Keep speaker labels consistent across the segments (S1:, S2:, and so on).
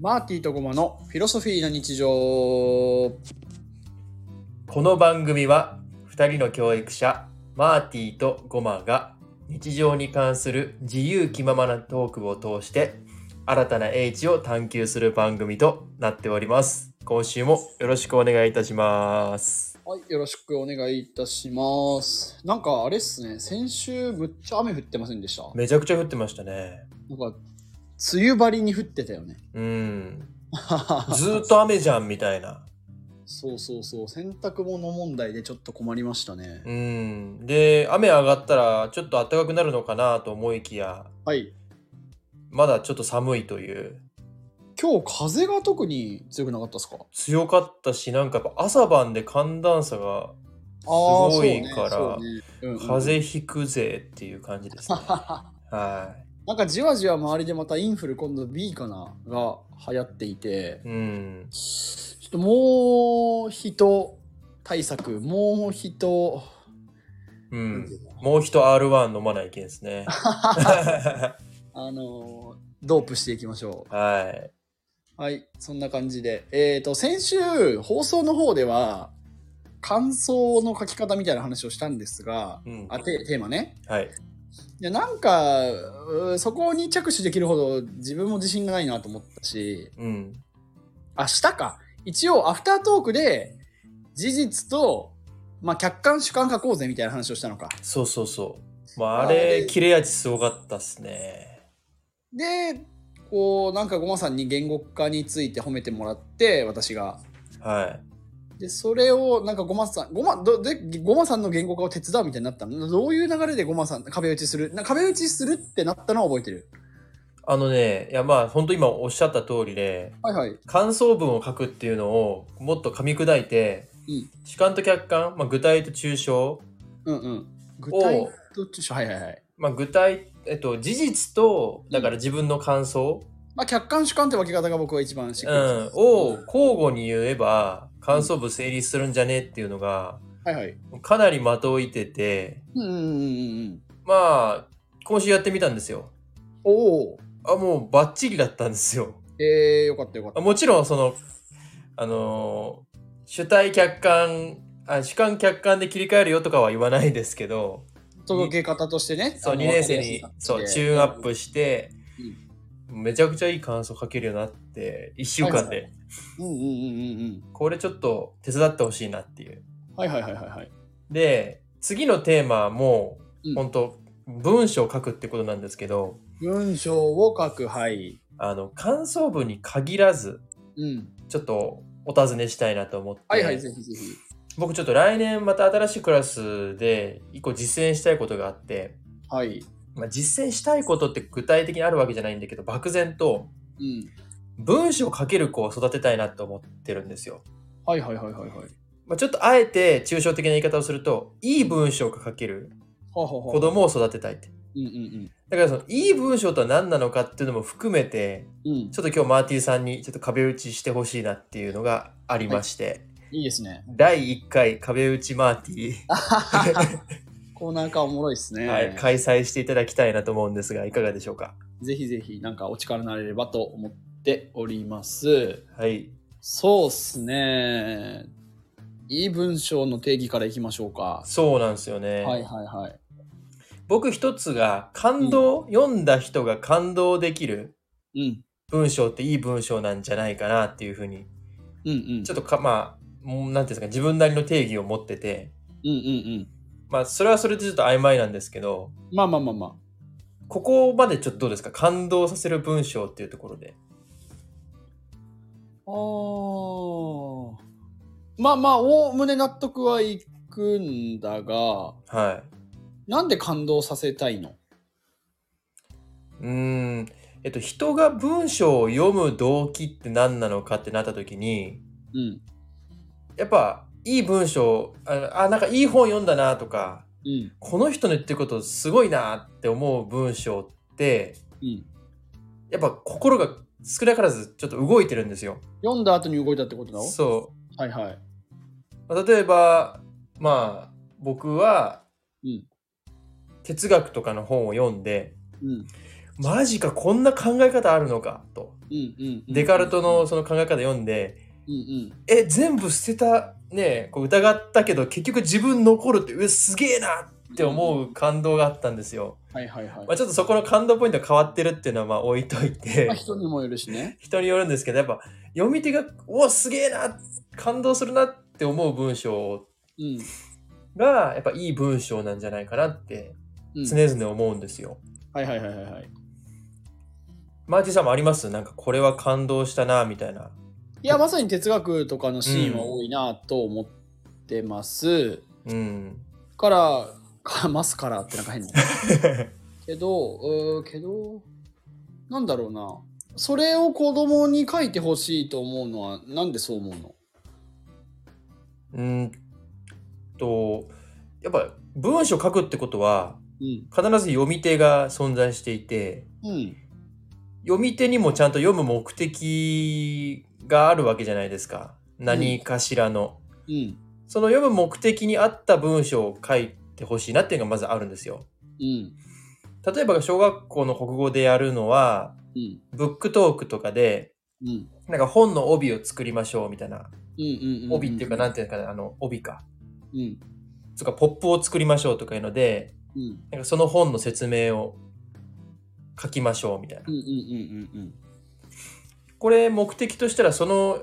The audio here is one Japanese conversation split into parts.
S1: マーティーとゴマのフィロソフィーな日常
S2: この番組は2人の教育者マーティーとゴマが日常に関する自由気ままなトークを通して新たな英知を探求する番組となっております今週もよろしくお願いいたします
S1: はいよろしくお願いいたしますなんかあれっすね先週むっちゃ雨降ってませんでした
S2: めちゃくちゃ降ってましたね
S1: なんか梅雨張りに降ってたよね
S2: うんずーっと雨じゃんみたいな
S1: そうそうそう洗濯物問題でちょっと困りましたね
S2: うんで雨上がったらちょっと暖かくなるのかなと思いきや
S1: はい
S2: まだちょっと寒いという
S1: 今日風が特に強くなかったですか
S2: 強かったしなんかやっぱ朝晩で寒暖差が
S1: あー
S2: すごいから
S1: そうねそうねうんうん
S2: 風邪ひくぜっていう感じですね。は
S1: なんかじわじわ周りでまたインフル今度 B かなが流行っていて
S2: い。うん。
S1: ちょっともう人対策もう人
S2: う
S1: なんて
S2: ん
S1: い。うの
S2: もう一 R1 飲まないけんですね。は
S1: あのドープしていきましょ
S2: い。
S1: うはいそんな感じでえっ、と先週放送の方では感想の書き方みたいな話をしたんですが
S2: うん。
S1: あテテーマね
S2: はい。
S1: いやなんかうーそこに着手できるほど自分も自信がないなと思ったし
S2: うん。
S1: あ、したか。一応、アフタートークで、事実と、まあ、客観主観書こうぜみたいな話をしたのか。
S2: そうそうそう。まあ、あ
S1: あれ
S2: れ、切れ味すごかったっすね。
S1: で、こう、なんかごまさんに言語化について褒めてもらって、私が。
S2: は
S1: で、それを、なんかごまさん、ごま、どで、ごまさんの言語化を手伝うみたいになったのどういう流れでごまさん、壁打ちするな壁打ちするってなったのは覚えてる。
S2: い。あのね、いやまあ、本当今おっしゃった通りで、
S1: はいはい。
S2: 感想文を書くっていうのをもっと噛み砕いて、
S1: うん
S2: 主観と客観、まあ、具体と抽象、
S1: うんうん。具体と著書、はいはいはい。
S2: まあ、具体、えっと、事実と、だから自分の感想、
S1: まあ、客観主観って分け方が僕は一番しっくりきて
S2: うん
S1: ます、
S2: を交互に言えば感想文成立するんじゃねっていうのが
S1: はいはい。
S2: かなり的をいてて
S1: うんうんうんうん。
S2: まあ今週やってみたんですよ
S1: おお。
S2: あもうバッチリだったんですよ
S1: えー、よかったよかった
S2: あ。もちろんそのあのー主体客観あ主観客観で切り替えるよとかは言わないですけど
S1: 届け方としてね。
S2: そう
S1: あ
S2: 2
S1: の
S2: 年生にそうチューンアッ。プしてめちゃくちゃいい感想書けるようになって1週間
S1: はい
S2: で
S1: うんうんうんうん
S2: これちょっと手伝ってほしいなっていう
S1: うん。はいはいはいはいはい。
S2: で次のテーマも
S1: うん
S2: 本当、文章を書くってことなんですけど
S1: 文章を書く、はい。
S2: あの感想文に限らず
S1: うん。
S2: ちょっとお尋ねしたいなと思って、
S1: はいはい、ぜひぜひ。
S2: 僕ちょっと来年また新しいクラスで一個実践したいことがあって、
S1: はい。
S2: まあ、実践したいことって具体的にあるわけじゃないんだけど漠然と
S1: うん。
S2: 文章を書ける子を育てたいなと思ってるんですよ。
S1: はいはいはいはいはい。
S2: まあ、ちょっとあえて抽象的な言い方をするといい文章が書ける
S1: はあはあはあ
S2: 子。供を育てたいって。
S1: うんうん
S2: だからそのいい文章とは何なのかっていうのも含めて
S1: うん。うん。
S2: ちょっと今日マーティーさんにちょっと壁打ちしてほしいなっていうのがありまして、
S1: いいですね。
S2: 第1回壁打ちマーティ
S1: コーナー化おもろいですね。
S2: ー、はい、開催していただきたいなと思うんですがいかがでしょうか
S1: ぜひぜひ、なんかお力になれればと思っております。
S2: はい
S1: そうっすね。いい文章の定義からいきましょうか。
S2: そうなんですよね、
S1: はいはいはい。
S2: 僕一つが感動、読んだ人が感動できる
S1: うん。
S2: 文章っていい文章なんじゃないかなっていうふうに
S1: うんうん。
S2: ちょっとかまあもうなんていうんですか自分なりの定義を持ってて
S1: うんうんうん。
S2: まあそれはそれでちょっと曖昧なんですけど
S1: まあまあまあまあ。
S2: ここまでちょっとどうですか感動させる文章っていうところで。
S1: あーまあまあおおむね納得はいくんだが
S2: は
S1: なんで感動させたいの
S2: い。うーん。えっと、人が文章を読む動機って何なのかってなった時に、
S1: うん
S2: やっぱ、いい文章、あ、あなんかいい本読んだなとか、
S1: うん
S2: この人の言ってることすごいなって思う文章って、
S1: うん
S2: やっぱ心が少なからずちょっと動いてるんですよ。
S1: 読んだ後に動いたってことだろ
S2: そ。
S1: はいはいう
S2: まあ例えば、まあ、僕は
S1: うん、
S2: 哲学とかの本を読んで、
S1: うん
S2: マジかこんな考え方あるのかと
S1: うんうんうん
S2: デカルトのその考え方読んで
S1: うんうん
S2: え全部捨てたねこう疑ったけど結局自分残るってうわすげえなって思う感動があったんですよ、
S1: はいはいはい
S2: まあ、ちょっとそこの感動ポイントが変わってるっていうのはまあ置いといて
S1: まあ人にもよるしね
S2: 人によるんですけどやっぱ読み手が「おすげえな感動するな」って思う文章
S1: うん
S2: がやっぱいい文章なんじゃないかなって
S1: うん
S2: 常々思うんですよ。
S1: はいはいはいはいはい
S2: マーティさんもありますなんかこれは感動したなみたいな。
S1: いやまさに哲学とかのシーンは多いなと思ってます、
S2: うん。
S1: からかますからってなんか変な けどうーけどなんだろうなそれを子供に書いてほしいと思うのはなんでそう思うの
S2: うーんとやっぱ文章書くってことは
S1: うん
S2: 必ず読み手が存在していて
S1: うん
S2: 読み手にもちゃんと読む目的があるわけじゃないですか何かしらの。
S1: うん
S2: その読む目的に合った文章を書いてほしいなっていうのがまずあるんですよ。
S1: うん
S2: 例えば小学校の国語でやるのは、
S1: うん
S2: ブックトークとかで、
S1: うん
S2: なんか本の帯を作りましょうみたいな。
S1: うんうんうん
S2: 帯っていうか、なんていうのかな、あの、帯か。
S1: うん
S2: とか、ポップを作りましょうとかいうので、
S1: うん
S2: なんかその本の説明を書きましょうみたいな
S1: うんうん。うんうん
S2: これ目的としたら、その、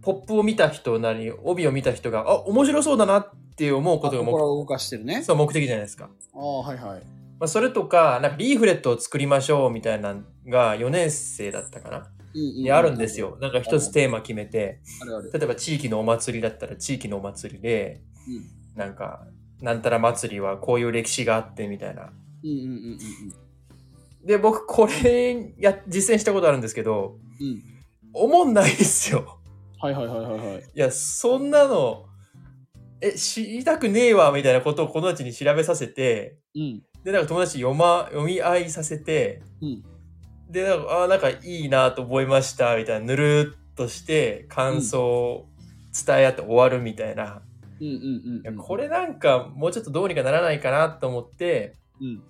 S2: ポップを見た人なり、帯を見た人が、あ、面白そうだなって思
S1: あ
S2: うことが
S1: 心
S2: 目
S1: を動かしてるね
S2: そう目的じゃないですか。
S1: ああはいはい
S2: まあ、それとか、なんかリーフレットを作りましょうみたいなのが4年生だったかな。
S1: うん
S2: で、あるんですよ。なんか一つテーマ決めて、
S1: あるある
S2: 例えば地域のお祭りだったら地域のお祭りで、なんか、なんたら祭りはこういう歴史があってみたいな。
S1: うんうんうんうん
S2: で、僕これや、実践したことあるんですけど、
S1: うんうん
S2: 思んないですよ。
S1: はいはいはいはいはい
S2: いや、そんなの、え、知りたくねえわみたいなことをこのうちに調べさせて、
S1: うん
S2: で、なんか友達に読ま、読み合いさせて、
S1: うん
S2: でなんかあーなんかいいなと思いましたみたいなぬるっとして感想を伝え合って終わるみたいな、
S1: うんうんうん
S2: いやこれなんかもうちょっとどうにかならないかなと思って
S1: うん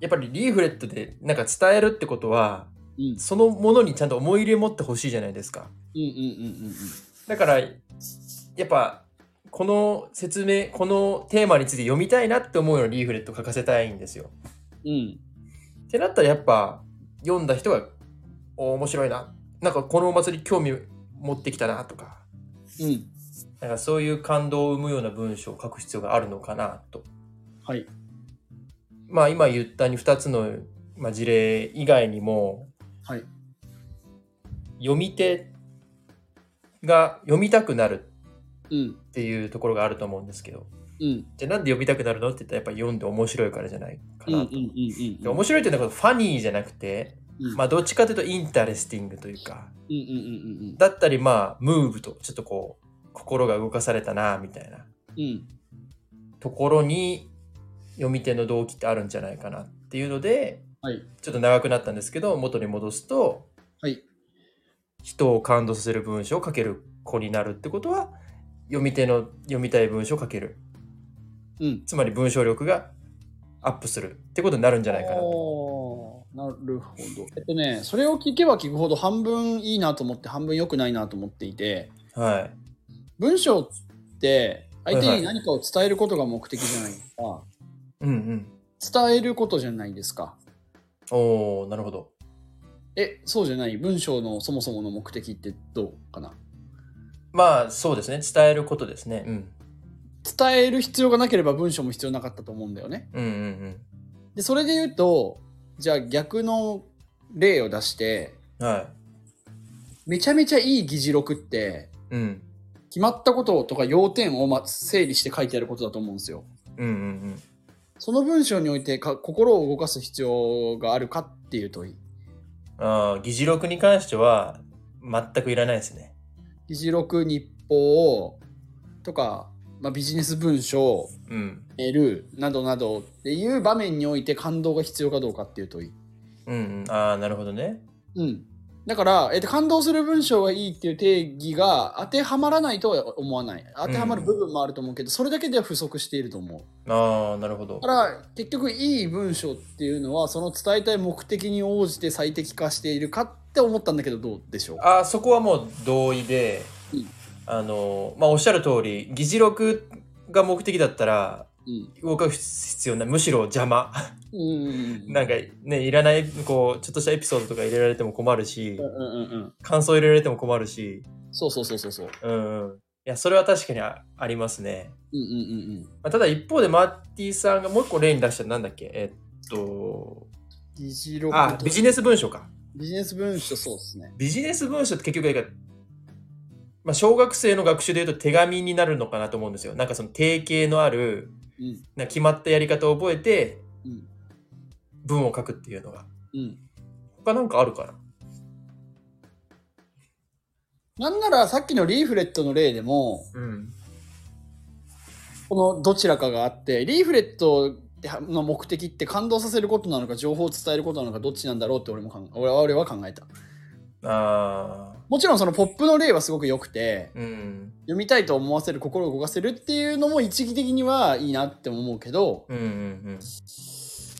S2: やっぱりリーフレットでなんか伝えるってことは
S1: うん
S2: そのものにちゃんと思い入れ持ってほしいじゃないですか
S1: うんうんうんうんうん
S2: だからやっぱこの説明このテーマについて読みたいなって思うようなリーフレット書かせたいんですよ
S1: うん
S2: ってなったらやっぱ読んだ人がお面白いななんかこのお祭り興味持ってきたなとか
S1: うん
S2: なんかそういう感動を生むような文章を書く必要があるのかなと
S1: はい
S2: まあ今言ったに2つの、まあ、事例以外にも
S1: はい
S2: 読み手が読みたくなる
S1: うん
S2: っていうところがあると思うんですけど
S1: うん
S2: じゃあなんで読みたくなるのって言ったらやっぱ読んで面白いからじゃないか
S1: うんうん
S2: なと。
S1: うんうん
S2: で面白いっていうのはこのファニーじゃなくて、
S1: うん
S2: まあどっちかというとインタレスティングというか
S1: うんうんうんうん
S2: だったりまあムーブとちょっとこう心が動かされたなみたいな
S1: うん
S2: ところに読み手の動機ってあるんじゃないかなっていうので
S1: はい
S2: ちょっと長くなったんですけど元に戻すと
S1: はい
S2: 人を感動させる文章を書ける子になるってことは読み手の読みたい文章を書ける
S1: うん
S2: つまり文章力がアップするってことになるんじゃないかなと
S1: おーなるほどえっとねそれを聞けば聞くほど半分いいなと思って半分良くないなと思っていて
S2: はい
S1: 文章って相
S2: はい
S1: 手
S2: はい
S1: に何かを伝えることが目的じゃないですか
S2: うん
S1: 伝えることじゃないですか
S2: うんおおなるほど
S1: えそうじゃない文章のそもそもの目的ってどうかな
S2: まあそうですね伝えることですねうん
S1: 伝える必要がなければ文章も必要なかったと思うんだよね。
S2: うんうんうん
S1: でそれで言うとじゃあ逆の例を出して
S2: は
S1: めちゃめちゃいい議事録って
S2: い。うん。
S1: 決まったこととか要点をま整理して書いてあることだと思うんですよ。
S2: うんうん
S1: その文章においてか心を動かす必要があるかっていうと
S2: うん。ああ、議事録に関しては、全くいらないですね。
S1: 議事録日報とか、まあ、ビジネス文章
S2: うん。
S1: メールなどなどっていう場面において感動が必要かどうかっていうといい。
S2: うんうん。ああ、なるほどね。
S1: うん。だから、えっと、感動する文章がいいっていう定義が当てはまらないとは思わない。当てはまる部分もあると思うけど、それだけでは不足していると思う。
S2: ああ、なるほ
S1: だ
S2: ど
S1: か。ら、結局いい文章っていうのは、その伝えたい目的に応じて最適化しているかって思ったんだけど、どうでしょう
S2: あーそこはもう同意で
S1: うん、
S2: あの、まあ、おっしゃる通り、議事録が目的だったら、
S1: うん。
S2: 動かす必要ない。むしろ邪魔。
S1: うんうんうん。
S2: なんかね、いらない、こう、ちょっとしたエピソードとか入れられても困るし
S1: うん、うんうんうん。
S2: 感想入れられても困るし、
S1: そうそうそうそうそう。
S2: うんうん。いや、それは確かにあありますね。
S1: うんうんうんうん。
S2: まあ、ただ一方でマーティさんがもう一個例に出したのなんだっけえっと、
S1: 議事録
S2: あ、
S1: と
S2: ビジネス文書か。
S1: ビジネス文書、そうですね。
S2: ビジネス文書って結局なんか、まあ、小学生の学習でいうと手紙になるのかなと思うんですよ。なんかその定型のある、
S1: うん。
S2: なんか決まったやり方を覚えて
S1: うん、
S2: 文を書くっていうのが。
S1: うん。
S2: 他なんかあるかな
S1: なんならさっきのリーフレットの例でも、
S2: うん。
S1: このどちらかがあって、リーフレットの目的って感動させることなのか、情報を伝えることなのか、どっちなんだろうって俺も考え俺は俺は考えた。
S2: ああ。
S1: もちろんそのポップの例はすごく良くて、
S2: うん。
S1: 読みたいと思わせる、心を動かせるっていうのも一義的にはいいなって思うけど、
S2: うんうんうん。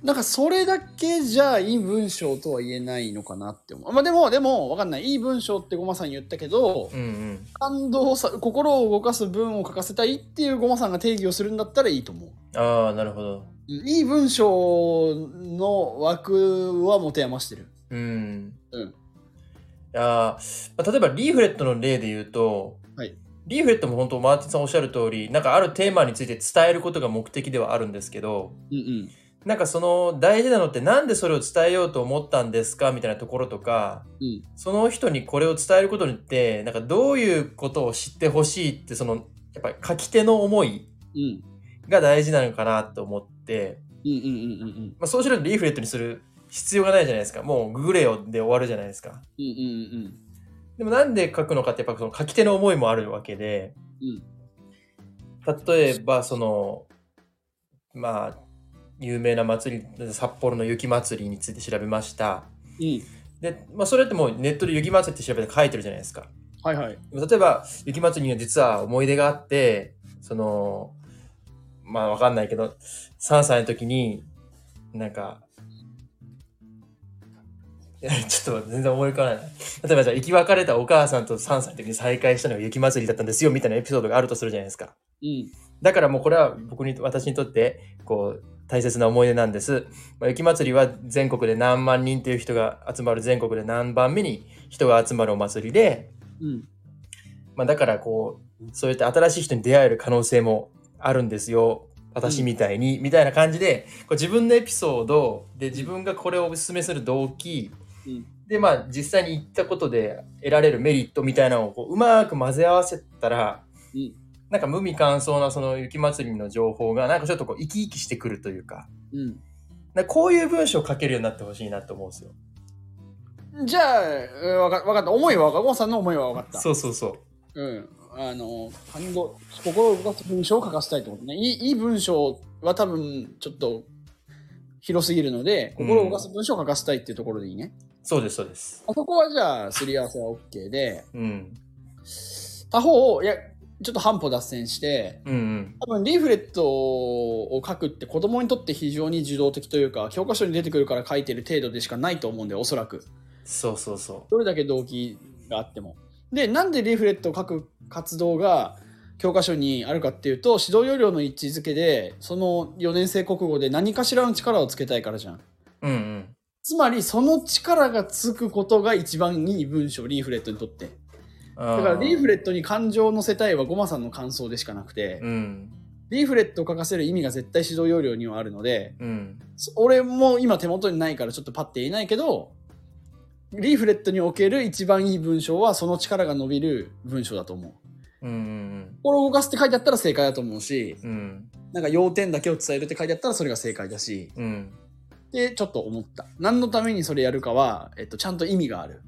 S1: なんかそれだけじゃいい文章とは言えないのかなって思う。まあでも、でもわかんない。いい文章ってごまさん言ったけど、
S2: うんうん。
S1: 感動さ、心を動かす文を書かせたいっていうごまさんが定義をするんだったらいいと思う。
S2: ああ、なるほど。
S1: うんいい文章の枠は持て余してる。
S2: うん。
S1: うん
S2: いやーまあ、例えばリーフレットの例で言うと、
S1: はい
S2: リーフレットも本当マーティンさんおっしゃる通りなんかあるテーマについて伝えることが目的ではあるんですけど
S1: うんうん。
S2: なんかその大事なのってなんでそれを伝えようと思ったんですかみたいなところとか、
S1: うん
S2: その人にこれを伝えることによってなんかどういうことを知ってほしいってそのやっぱり書き手の思い
S1: うん。
S2: が大事なのかなと思って、
S1: うんうんうんうんうん。
S2: まあ、そうするとリーフレットにする必要がないじゃないですかもうググれよで終わるじゃないですか。
S1: うんうんうんうん。
S2: でもなんで書くのかってやっぱその書き手の思いもあるわけで、
S1: うん
S2: 例えばそのまあ有名な祭り札幌の雪祭りについて調べました
S1: うん。
S2: で、まあ、それってもうネットで雪祭りって調べて書いてるじゃないですか
S1: はいはい。
S2: でも例えば雪祭りには実は思い出があってそのまあわかんないけど3歳の時になんか いやちょっと全然思い浮かばないな例えばじゃあ生き別れたお母さんと3歳の時に再会したのが雪祭りだったんですよみたいなエピソードがあるとするじゃないですか
S1: うん。
S2: だからもうこれは僕に私にとってこう大切な思い出なんです、まあ、雪祭りは全国で何万人という人が集まる全国で何番目に人が集まるお祭りで
S1: うん。
S2: まあ、だからこうそういった新しい人に出会える可能性もあるんですよ私みたいに、みたいな感じでこう自分のエピソードで自分がこれをお勧めする動機、
S1: うん
S2: でまあ実際に行ったことで得られるメリットみたいなのをこううまく混ぜ合わせたら、
S1: うん
S2: なんか無味乾燥なその雪祭りの情報がなんかちょっとこう生き生きしてくるというか
S1: うん。
S2: なんかこういう文章を書けるようになってほしいなと思うんですよ。
S1: じゃあ、えーわかわかった。思いはわかった。ゴンさんの思いはわかった。
S2: そうそうそう
S1: うん。あの、感動、心を動かす文章を書かせたいってことね。いいいい文章は多分、ちょっと、広すぎるので、心を動かす文章を書かせたいっていうところでいいね。
S2: そうですそうです。
S1: あそこはじゃあ、すり合わせは OK で、
S2: うん
S1: 他方、いや、ちょっと半歩脱線して、
S2: うんうん
S1: 多分リーフレットを書くって子供にとって非常に受動的というか、教科書に出てくるから書いてる程度でしかないと思うんで、おそらく。
S2: そうそうそ
S1: どれだけ動機があっても。で、なんでリーフレットを書く活動が教科書にあるかっていうと、指導要領の位置づけで、その4年生国語で何かしらの力をつけたいからじゃん。
S2: う。うんうん
S1: つまり、その力がつくことが一番いい文章、リーフレットにとって。だから、リーフレットに感情を乗せたいは、ゴマさんの感想でしかなくて、
S2: うん
S1: リーフレットを書かせる意味が絶対指導要領にはあるので、
S2: うん
S1: そ俺も今手元にないからちょっとパッて言えないけどリーフレットにおける一番いい文章はその力が伸びる文章だと思う。
S2: うんうん
S1: 心を動かすって書いてあったら正解だと思うし
S2: うん
S1: なんか要点だけを伝えるって書いてあったらそれが正解だし
S2: うん
S1: でちょっと思った何のためにそれやるかは、えっと、ちゃんと意味がある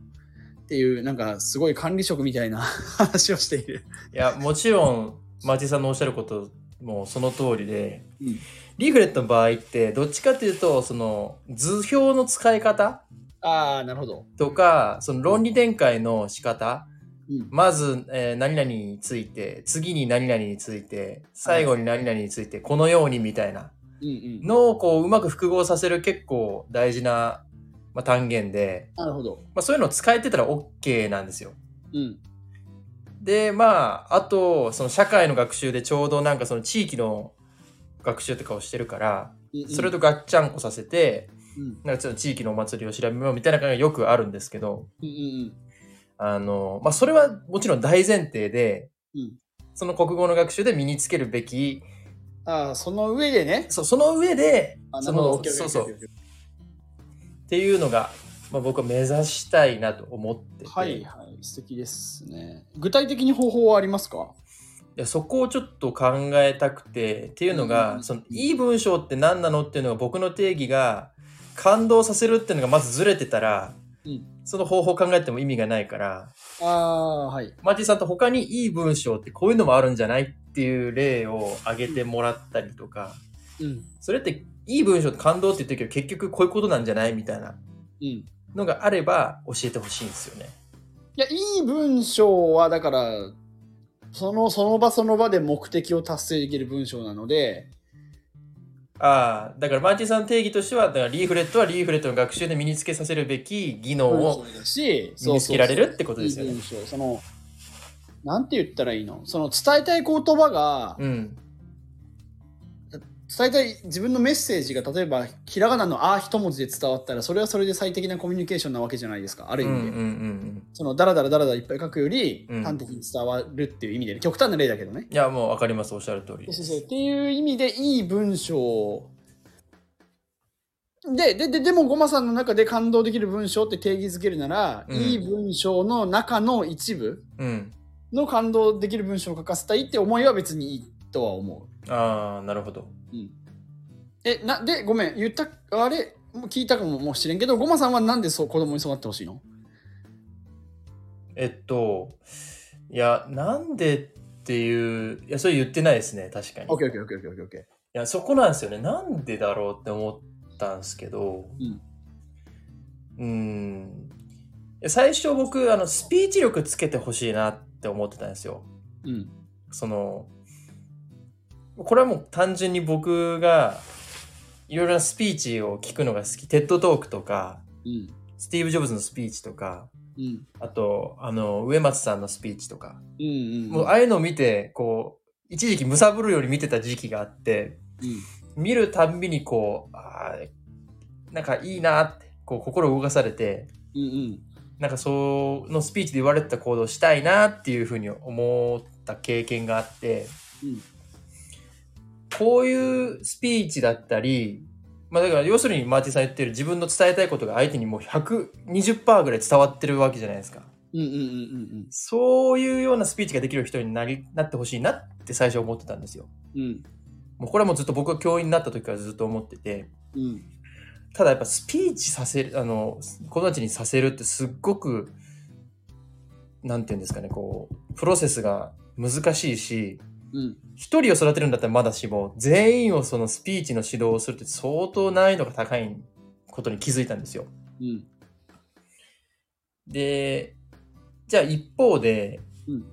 S1: っていうなんかすごい管理職みたいな 話をしている。
S2: いやもちろんマーティさんのおっしゃることもその通りで、
S1: うん
S2: リーフレットの場合ってどっちかというとその図表の使い方
S1: ああ、なるほど。
S2: とか、その論理展開の仕方、
S1: うん
S2: まず、えー何々について、次に何々について、最後に何々について、このようにみたいな
S1: うんうん。
S2: のをこううまく複合させる結構大事な、まあ、単元で、
S1: なるほど。
S2: まあ、そういうのを使えてたら OK なんですよ。
S1: うん。
S2: でまああとその社会の学習でちょうどなんかその地域の学習とかをしてるから
S1: うんうん
S2: それと、ガッチャンコさせて
S1: うん
S2: なんかちょっと地域のお祭りを調べようみたいな感じがよくあるんですけど
S1: うんうん
S2: あの、まあ、それはもちろん大前提で、
S1: うん
S2: その国語の学習で身につけるべき
S1: うん。ああ、その上でね。
S2: そうその上で
S1: あ
S2: そ
S1: なるほ
S2: の
S1: ど OK
S2: そうそ
S1: OK
S2: うっ
S1: OK
S2: ていうのが、まあ、僕は目指したいなと思ってて、
S1: はい
S2: い
S1: はい。素敵ですね。具体的に方法はありますか
S2: やそこをちょっと考えたくてっていうのが、
S1: うん
S2: そのいい文章って何なのっていうのが僕の定義が感動させるっていうのがまずずれてたら、
S1: うん
S2: その方法を考えても意味がないから
S1: ああ、はい。
S2: マーティさんと他にいい文章ってこういうのもあるんじゃないっていう例を挙げてもらったりとか。
S1: うん。
S2: それっていい文章って感動って言ってるけど結局こういうことなんじゃないみたいな
S1: うん。い
S2: のがあれば教えてほしいんですよね。
S1: や、いい文章は、だから、その、その場その場で目的を達成できる文章なので、
S2: ああ、だからマーティさんの定義としては、だからリーフレットはリーフレットの学習で身につけさせるべき技能を
S1: 文章だし、
S2: 身につけられるってこと
S1: そう
S2: で
S1: そう
S2: す
S1: そう
S2: よ
S1: いい
S2: ね
S1: 文。章。その、なんて言ったらいいのその伝えたい言葉が、
S2: うん。
S1: 伝えたい自分のメッセージが例えばひらがなの「あ」一文字で伝わったらそれはそれで最適なコミュニケーションなわけじゃないですかあ
S2: う
S1: る
S2: ん
S1: 意
S2: うんう
S1: 味
S2: ん
S1: で、
S2: うん。
S1: そのダラダラダラダラいっぱい書くより
S2: うん
S1: 端的に伝わるっていう意味で、極端な例だけどね
S2: いや、もうわかります。おっしゃる通り
S1: そう
S2: です。
S1: そうそうっていう意味でいい文章ででででもごまさんの中で感動できる文章って定義づけるなら、
S2: うん
S1: いい文章の中の一部
S2: うん。
S1: の感動できる文章を書かせたいって思いは別にいいとは思う
S2: ああ、なるほど。
S1: えなでごめん言ったあれもう聞いたかももしれんけどごまさんはなんでそう子供に育ってほしいの
S2: えっと、いや、なんでっていう、いや、それ言ってないですね。確かに。
S1: ?OKOKOKOKOK、OK
S2: いや、そこなんですよね。なんでだろうって思ったんですけど、
S1: うん
S2: うーん。いや最初僕、あの、スピーチ力つけてほしいなって思ってたんですよ。
S1: うん
S2: その、これはもう単純に僕が、いろいろなスピーチを聞くのが好き。テッドトークとか、
S1: うん
S2: スティーブ・ジョブズのスピーチとか、
S1: うん
S2: あと、あの、上松さんのスピーチとか、
S1: うんうん
S2: もうああいうのを見て、こう、一時期むさぶるより見てた時期があって、
S1: うん
S2: 見るたんびにこう、あーなんかいいなって、こう心動かされて、
S1: うんうん
S2: なんかそのスピーチで言われてた行動をしたいなっていうふうに思った経験があって、
S1: うん
S2: こういうスピーチだったり、まあだから要するにマーティさん言ってる自分の伝えたいことが相手にもう120%ぐらい伝わってるわけじゃないですか。
S1: うんうんうん
S2: そういうようなスピーチができる人になりなってほしいなって最初思ってたんですよ。
S1: うんうん
S2: もうこれはもうずっと僕が教員になった時からずっと思ってて、
S1: うん
S2: ただやっぱスピーチさせるあの子供たちにさせるってすっごくなんていうんですかねこうプロセスが難しいし
S1: うん
S2: 一人を育てるんだったらまだしも全員をそのスピーチの指導をするって相当難易度が高いことに気づいたんですよ。
S1: うん
S2: でじゃあ一方で、
S1: うん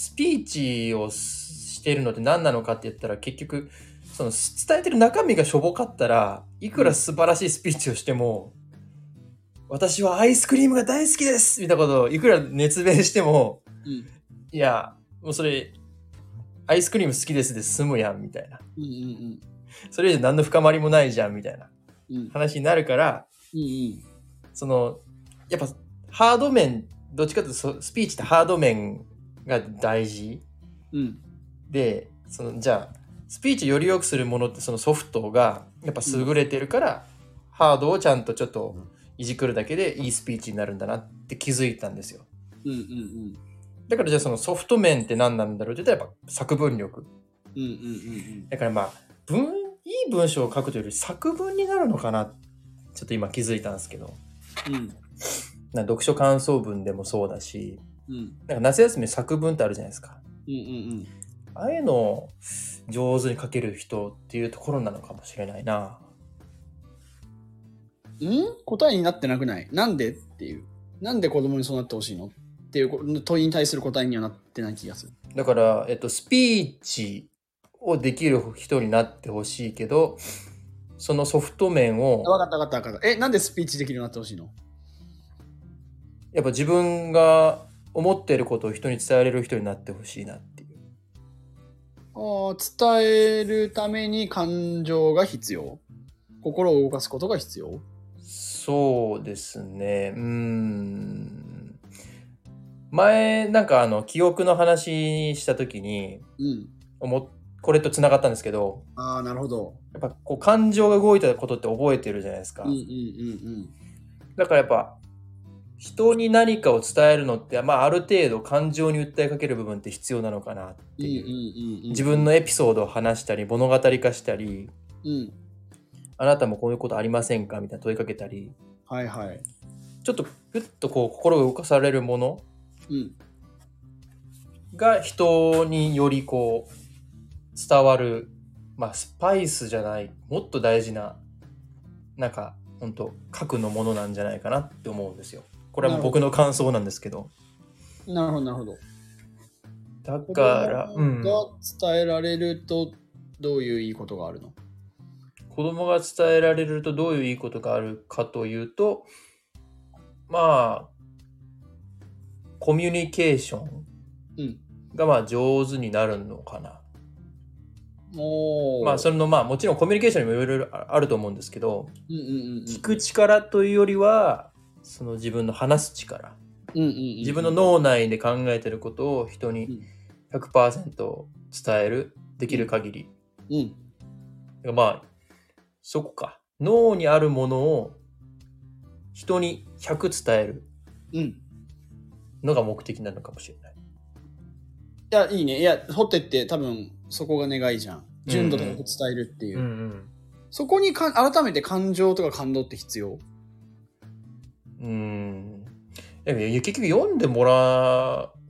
S2: スピーチをすしてるのって何なのかって言ったら結局そのす伝えてる中身がしょぼかったらいくら素晴らしいスピーチをしても、私はアイスクリームが大好きですみたいなことをいくら熱弁しても
S1: うん
S2: いやもうそれアイスクリーム好きですで済むやんみたいな
S1: うんうん
S2: それ以上何の深まりもないじゃんみたいな
S1: うんうん
S2: 話になるから
S1: うん
S2: そのやっぱハード面どっちかというとそスピーチってハード面が大事
S1: うん
S2: でそのじゃあスピーチをより良くするものってそのソフトがやっぱ優れてるから、ハードをちゃんとちょっといじくるだけでいいスピーチになるんだなって気づいたんですよ
S1: うんうんうん
S2: だからじゃあそのソフト面って何なんだろうって言ったらやっぱ作文力
S1: うんうんうん
S2: だからまあ文いい文章を書くというより作文になるのかなちょっと今気づいたんですけど
S1: うん
S2: なんか読書感想文でもそうだし
S1: うん
S2: なんか夏休み作文ってあるじゃないですか。
S1: うん
S2: ああいうのを上手に書ける人っていうところなのかもしれないな。
S1: ん答えになってなくないなんでっていう。なんで子供にそうなってほしいのっていうこ問いに対する答えにはなってない気がする。
S2: だから、えっと、スピーチをできる人になってほしいけど、そのソフト面を
S1: あ、わかったわかったわかった。え、なんでスピーチできるようになってほしいの
S2: やっぱ自分が思ってることを人に伝えれる人になってほしいなっていう。
S1: あー伝えるために感情が必要。心を動かすことが必要。
S2: そうですね。うーん。前、なんかあの、記憶の話した時に、
S1: うん。
S2: 思っこれと繋がったんですけど、
S1: ああ、なるほど。
S2: やっぱこう感情が動いたことって覚えてるじゃないですか。
S1: うんうんうん
S2: だからやっぱ人に何かを伝えるのって、まあ、ある程度感情に訴えかける部分って必要なのかなって
S1: うん。うんうん
S2: い
S1: う
S2: う、
S1: んうん。
S2: 自分のエピソードを話したり物語化したり
S1: うん。
S2: あなたもこういうことありませんかみたいな問いかけたり
S1: はいはい。
S2: ちょっとふっとこう心が動かされるもの
S1: うん。
S2: が人によりこう伝わる、まあ、スパイスじゃないもっと大事ななんか本当核のものなんじゃないかなって思うんですよ。これはもう僕の感想なんですけど。
S1: なるほどなるほど。
S2: だから、
S1: 子
S2: う
S1: 供
S2: ん、
S1: が伝えられるとどういういいことがあるの、
S2: 子供が伝えられるとどういういいことがあるかというとまあコミュニケーション
S1: うん、
S2: がまあ上手になるのかな。
S1: おー
S2: まあそれのまあもちろんコミュニケーションにもいろいろああると思うんですけど
S1: うんうんうん
S2: 聞く力というよりはその自分の話す力
S1: うんうんうん、
S2: 自分の脳内で考えてることを人
S1: うん
S2: に100%伝えるできる限り
S1: うん
S2: だからまあそこか脳にあるものを人に100伝える
S1: うんい
S2: のが目的なのかもしれない
S1: やいいねいやホテって多分そこが願いじゃん純度とか伝えるっていう、
S2: うん
S1: そこにか改めて感情とか感動って必要
S2: うんでもいや結局読んでもら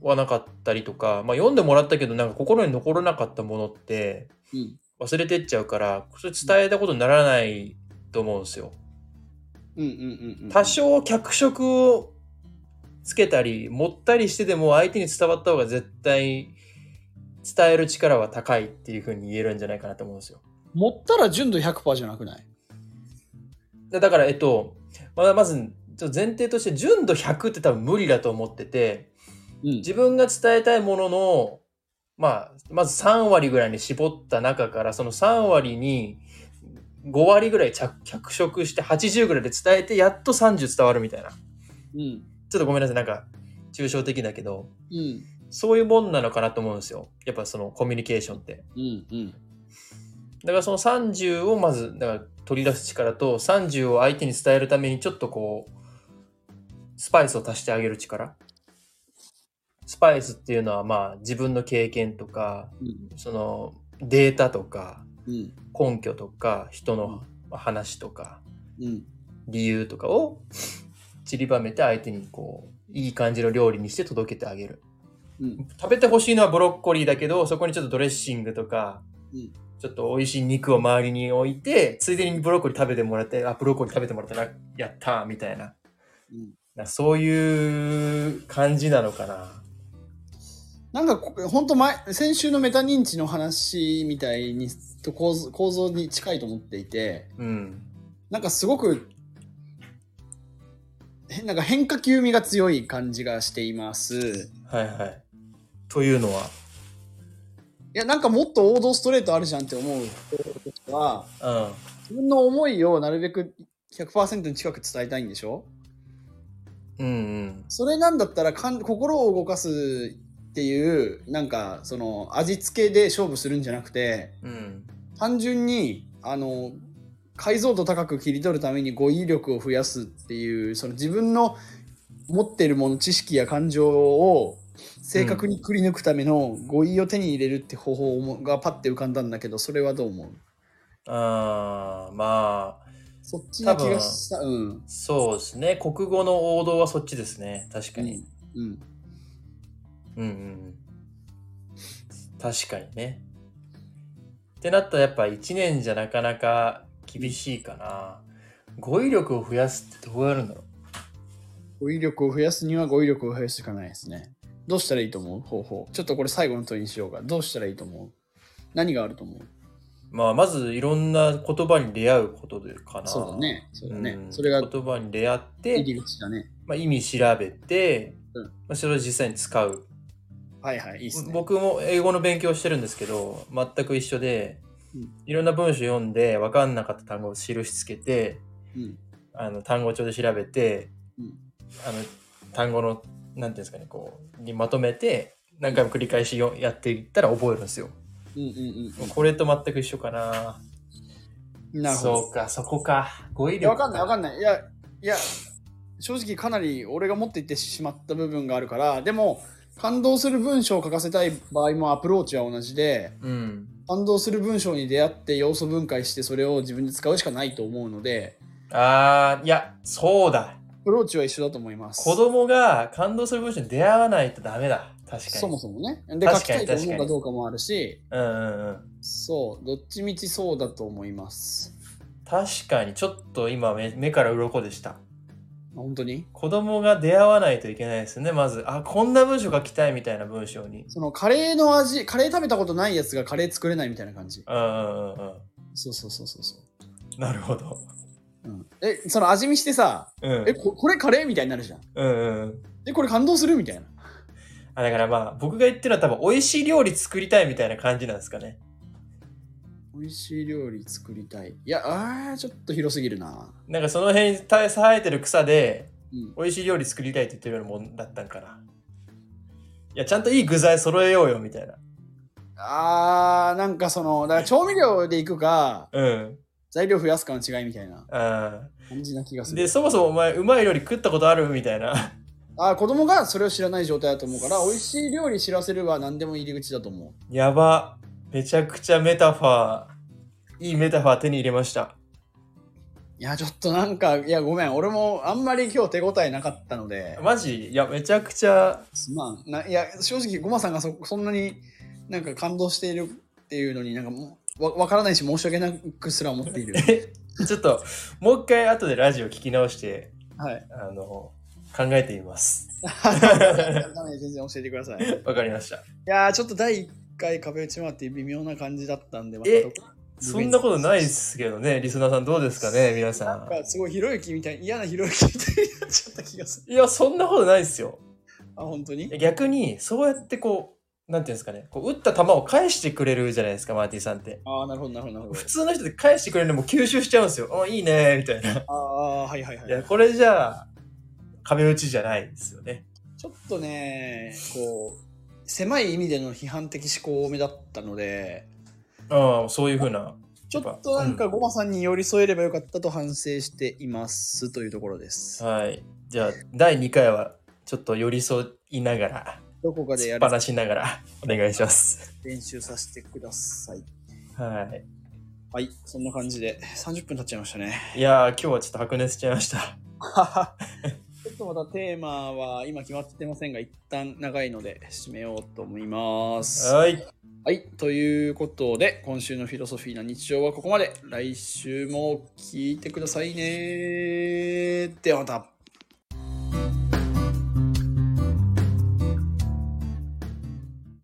S2: わなかったりとか、まあ、読んでもらったけどなんか心に残らなかったものって
S1: うん
S2: 忘れてっちゃうからそれ伝えたことにならないと思うんですよ。
S1: うんうんうんうん
S2: 多少脚色をつけたり持ったりしてでも相手に伝わった方が絶対伝える力は高いっていうふうに言えるんじゃないかなと思うんですよ。
S1: 持ったら純度100%じゃなくない
S2: でだからえっとまあまずちょっと前提として純度100って多分無理だと思ってて
S1: うん
S2: 自分が伝えたいものの、まあ、まず3割ぐらいに絞った中からその3割に5割ぐらい着脚色して80ぐらいで伝えてやっと30伝わるみたいなち
S1: うん
S2: ょっとごめんなさいなんか抽象的だけど
S1: うん
S2: そういうもんなのかなと思うんですよ。やっぱそのコミュニケーションって。
S1: うんうん
S2: だからその30をまずだから取り出す力と30を相手に伝えるためにちょっとこうスパイスを足してあげる力。スパイスっていうのはまあ自分の経験とか
S1: うん
S2: そのデータとか
S1: うん
S2: 根拠とか人の話とか
S1: うん
S2: 理由とかを散りばめて相手にこういい感じの料理にして届けてあげる。
S1: うん
S2: 食べてほしいのはブロッコリーだけどそこにちょっとドレッシングとか、
S1: うん
S2: ちょっと美味しい肉を周りに置いてついでにブロッコリー食べてもらってあブロッコリー食べてもらったらやったーみたいな
S1: うん
S2: なそういう感じなのかな
S1: なんかこ、ほんと前、先週のメタ認知の話みたいに、と構造構造に近いと思っていて、
S2: うん
S1: なんかすごく、へなんか変化球味が強い感じがしています。
S2: はいはいというのはい
S1: や、なんかもっと王道ストレートあるじゃんって思う人は、
S2: うん
S1: 自分の思いをなるべく100%に近く伝えたいんでしょ
S2: うん
S1: それなんだったらかん心を動かすっていう、なんか、その、味付けで勝負するんじゃなくて、
S2: うんうん
S1: 単純にあの解像度高く切り取るために語彙力を増やすっていうその自分の持ってるもの知識や感情を正確にくり抜くための語彙を手に入れるって方法をもがパッて浮かんだんだけどそれはどう思う
S2: あーまあ
S1: そっちな気がしたうん
S2: そうですね国語の王道はそっちですね確かに、
S1: うん
S2: うんうんうん確かにね。ってなったらやっぱ1年じゃなかなか厳しいかな。語彙力を増やすってどうやるんだろう
S1: 語彙力を増やすには語彙力を増やすしかないですね。どうしたらいいと思う方法。ちょっとこれ最後の問いにしようか。どうしたらいいと思う何があると思う
S2: まあ、まずいろんな言葉に出会うことでかな。
S1: そうだね。そう
S2: う
S1: だ
S2: ん。
S1: ね。それが
S2: 言葉に出会っ
S1: 入
S2: て、
S1: り口だね。
S2: まあ、意味調べて、
S1: うん
S2: まあ、それを実際に使う。
S1: はいはい、いいっすね。
S2: 僕も英語の勉強してるんですけど、全く一緒で
S1: うん、
S2: いろんな文章読んで、分かんなかった単語を印つけて、
S1: うん。
S2: あの単語帳で調べて、
S1: うん
S2: あの単語の、なんていうんですかね、こう、にまとめて、何回も繰り返しよやっていったら覚えるんですよ。
S1: うんうん
S2: これと全く一緒かな。
S1: うん。なるほど。
S2: そうか、そこか。語彙
S1: いやわか
S2: 力
S1: んないわかんない。いや、いや、正直かなり俺が持っていってしまった部分があるから、でも、感動する文章を書かせたい場合もアプローチは同じで、
S2: うん。
S1: 感動する文章に出会って要素分解してそれを自分で使うしかないと思うので、
S2: あー、いや、そうだ。
S1: アプローチは一緒だと思います。
S2: 子供が感動する文章に出会わないとダメだ。確かに。
S1: そもそもね。で、書
S2: 確
S1: き
S2: か
S1: た
S2: に
S1: いと思うかどうかもあるし、
S2: うんうんうん。
S1: そう、どっちみちそうだと思います。
S2: 確かに、ちょっと今目、目から鱗でした。
S1: あ本当に
S2: 子供が出会わないといけないですね、まず。あ、こんな文章書きたいみたいな文章に。
S1: そのカレーの味、カレー食べたことないやつがカレー作れないみたいな感じ。
S2: うんうんうんう
S1: そうそうそうそうそう。
S2: ん。なるほど。
S1: うん、え、その味見してさ、
S2: うん。
S1: えここれカレーみたいになるじゃん
S2: うんうんうん。
S1: えこれ感動するみたいな
S2: あ、だからまあ、僕が言ってるのは多分、美味しい料理作りたいみたいな感じなんですかね。
S1: 美味しい料理作りたいいやあーちょっと広すぎるな
S2: なんかその辺に生え生えてる草で、
S1: うん
S2: 美味しい料理作りたいって言ってるようなもんだったんかな。いや、ちゃんといい具材揃えようよみたいな。
S1: あーなんかそのだから調味料でいくか
S2: うん。
S1: 材料増やすかの違いみたいな
S2: あ
S1: 感じな気が
S2: ー
S1: す
S2: で、
S1: る
S2: そもそもお前、うまい料理食ったことあるみたいな。
S1: あー子供がそれを知らない状態だと思うから美味しい料理知らせるは何でも入り口だと思
S2: やば。めちゃくちゃメタファー。いいメタファー手に入れました。
S1: ういやちょっとなんかいやごめん俺もあんまり今日手応えなかったので
S2: マジいや、めちゃくちゃ、
S1: すまんないや正直ごまさんがそそんなになんか感動しているっていうのになんかもうわわからないし申し訳なくすら思 っている
S2: ちょっと、もう一回後でラジオ聞き直して、
S1: はい
S2: あの、考えてみます。
S1: ダメ全然教えてくださいい
S2: わかりました。
S1: やーちょっと第1回壁打ち回って微妙な感じだったんでまた
S2: え
S1: どこ
S2: そんなことないですけどね、リスナーさんどうですかね、皆さ
S1: なん
S2: ん。
S1: かすごいひろゆきみたい嫌なひろゆきみたいになっちゃった気がする
S2: いや、そんなことないですよ。
S1: あ本当に
S2: 逆に、そうやってこう、なんていうんですかね、こう打った球を返してくれるじゃないですか、マーティさんって。
S1: ああなるほどなるほどな るほ
S2: 普通の人って返してくれるのも吸収しちゃうんですよ。あいいね、みたいな。
S1: どああーはいはい
S2: い
S1: は
S2: や、
S1: い
S2: これじゃあ、壁打ちじゃないですよね。
S1: ちょっとねこう狭い意味での批判的思考を目立ったので
S2: ああ、そういうふうな。
S1: ちょっとなんかごまさんに寄り添えればよかったと反省していますというところです。
S2: はい。じゃあ、第2回は、ちょっと寄り添いながら、
S1: どこかで
S2: 突
S1: や
S2: っ
S1: る
S2: 放しながら、お願いします。
S1: 練習させてください。
S2: は
S1: はい、そんな感じで30分経っちゃいました ね。
S2: い。いやー、今日はちょっと白熱しちゃいました。
S1: ちょっとまたテーマは今決まってませんが、一旦長いので締めようと思います。
S2: はい。
S1: はい、ということで、今週のフィロソフィーな日常はここまで。来週も聞いてくださいね。ではまた。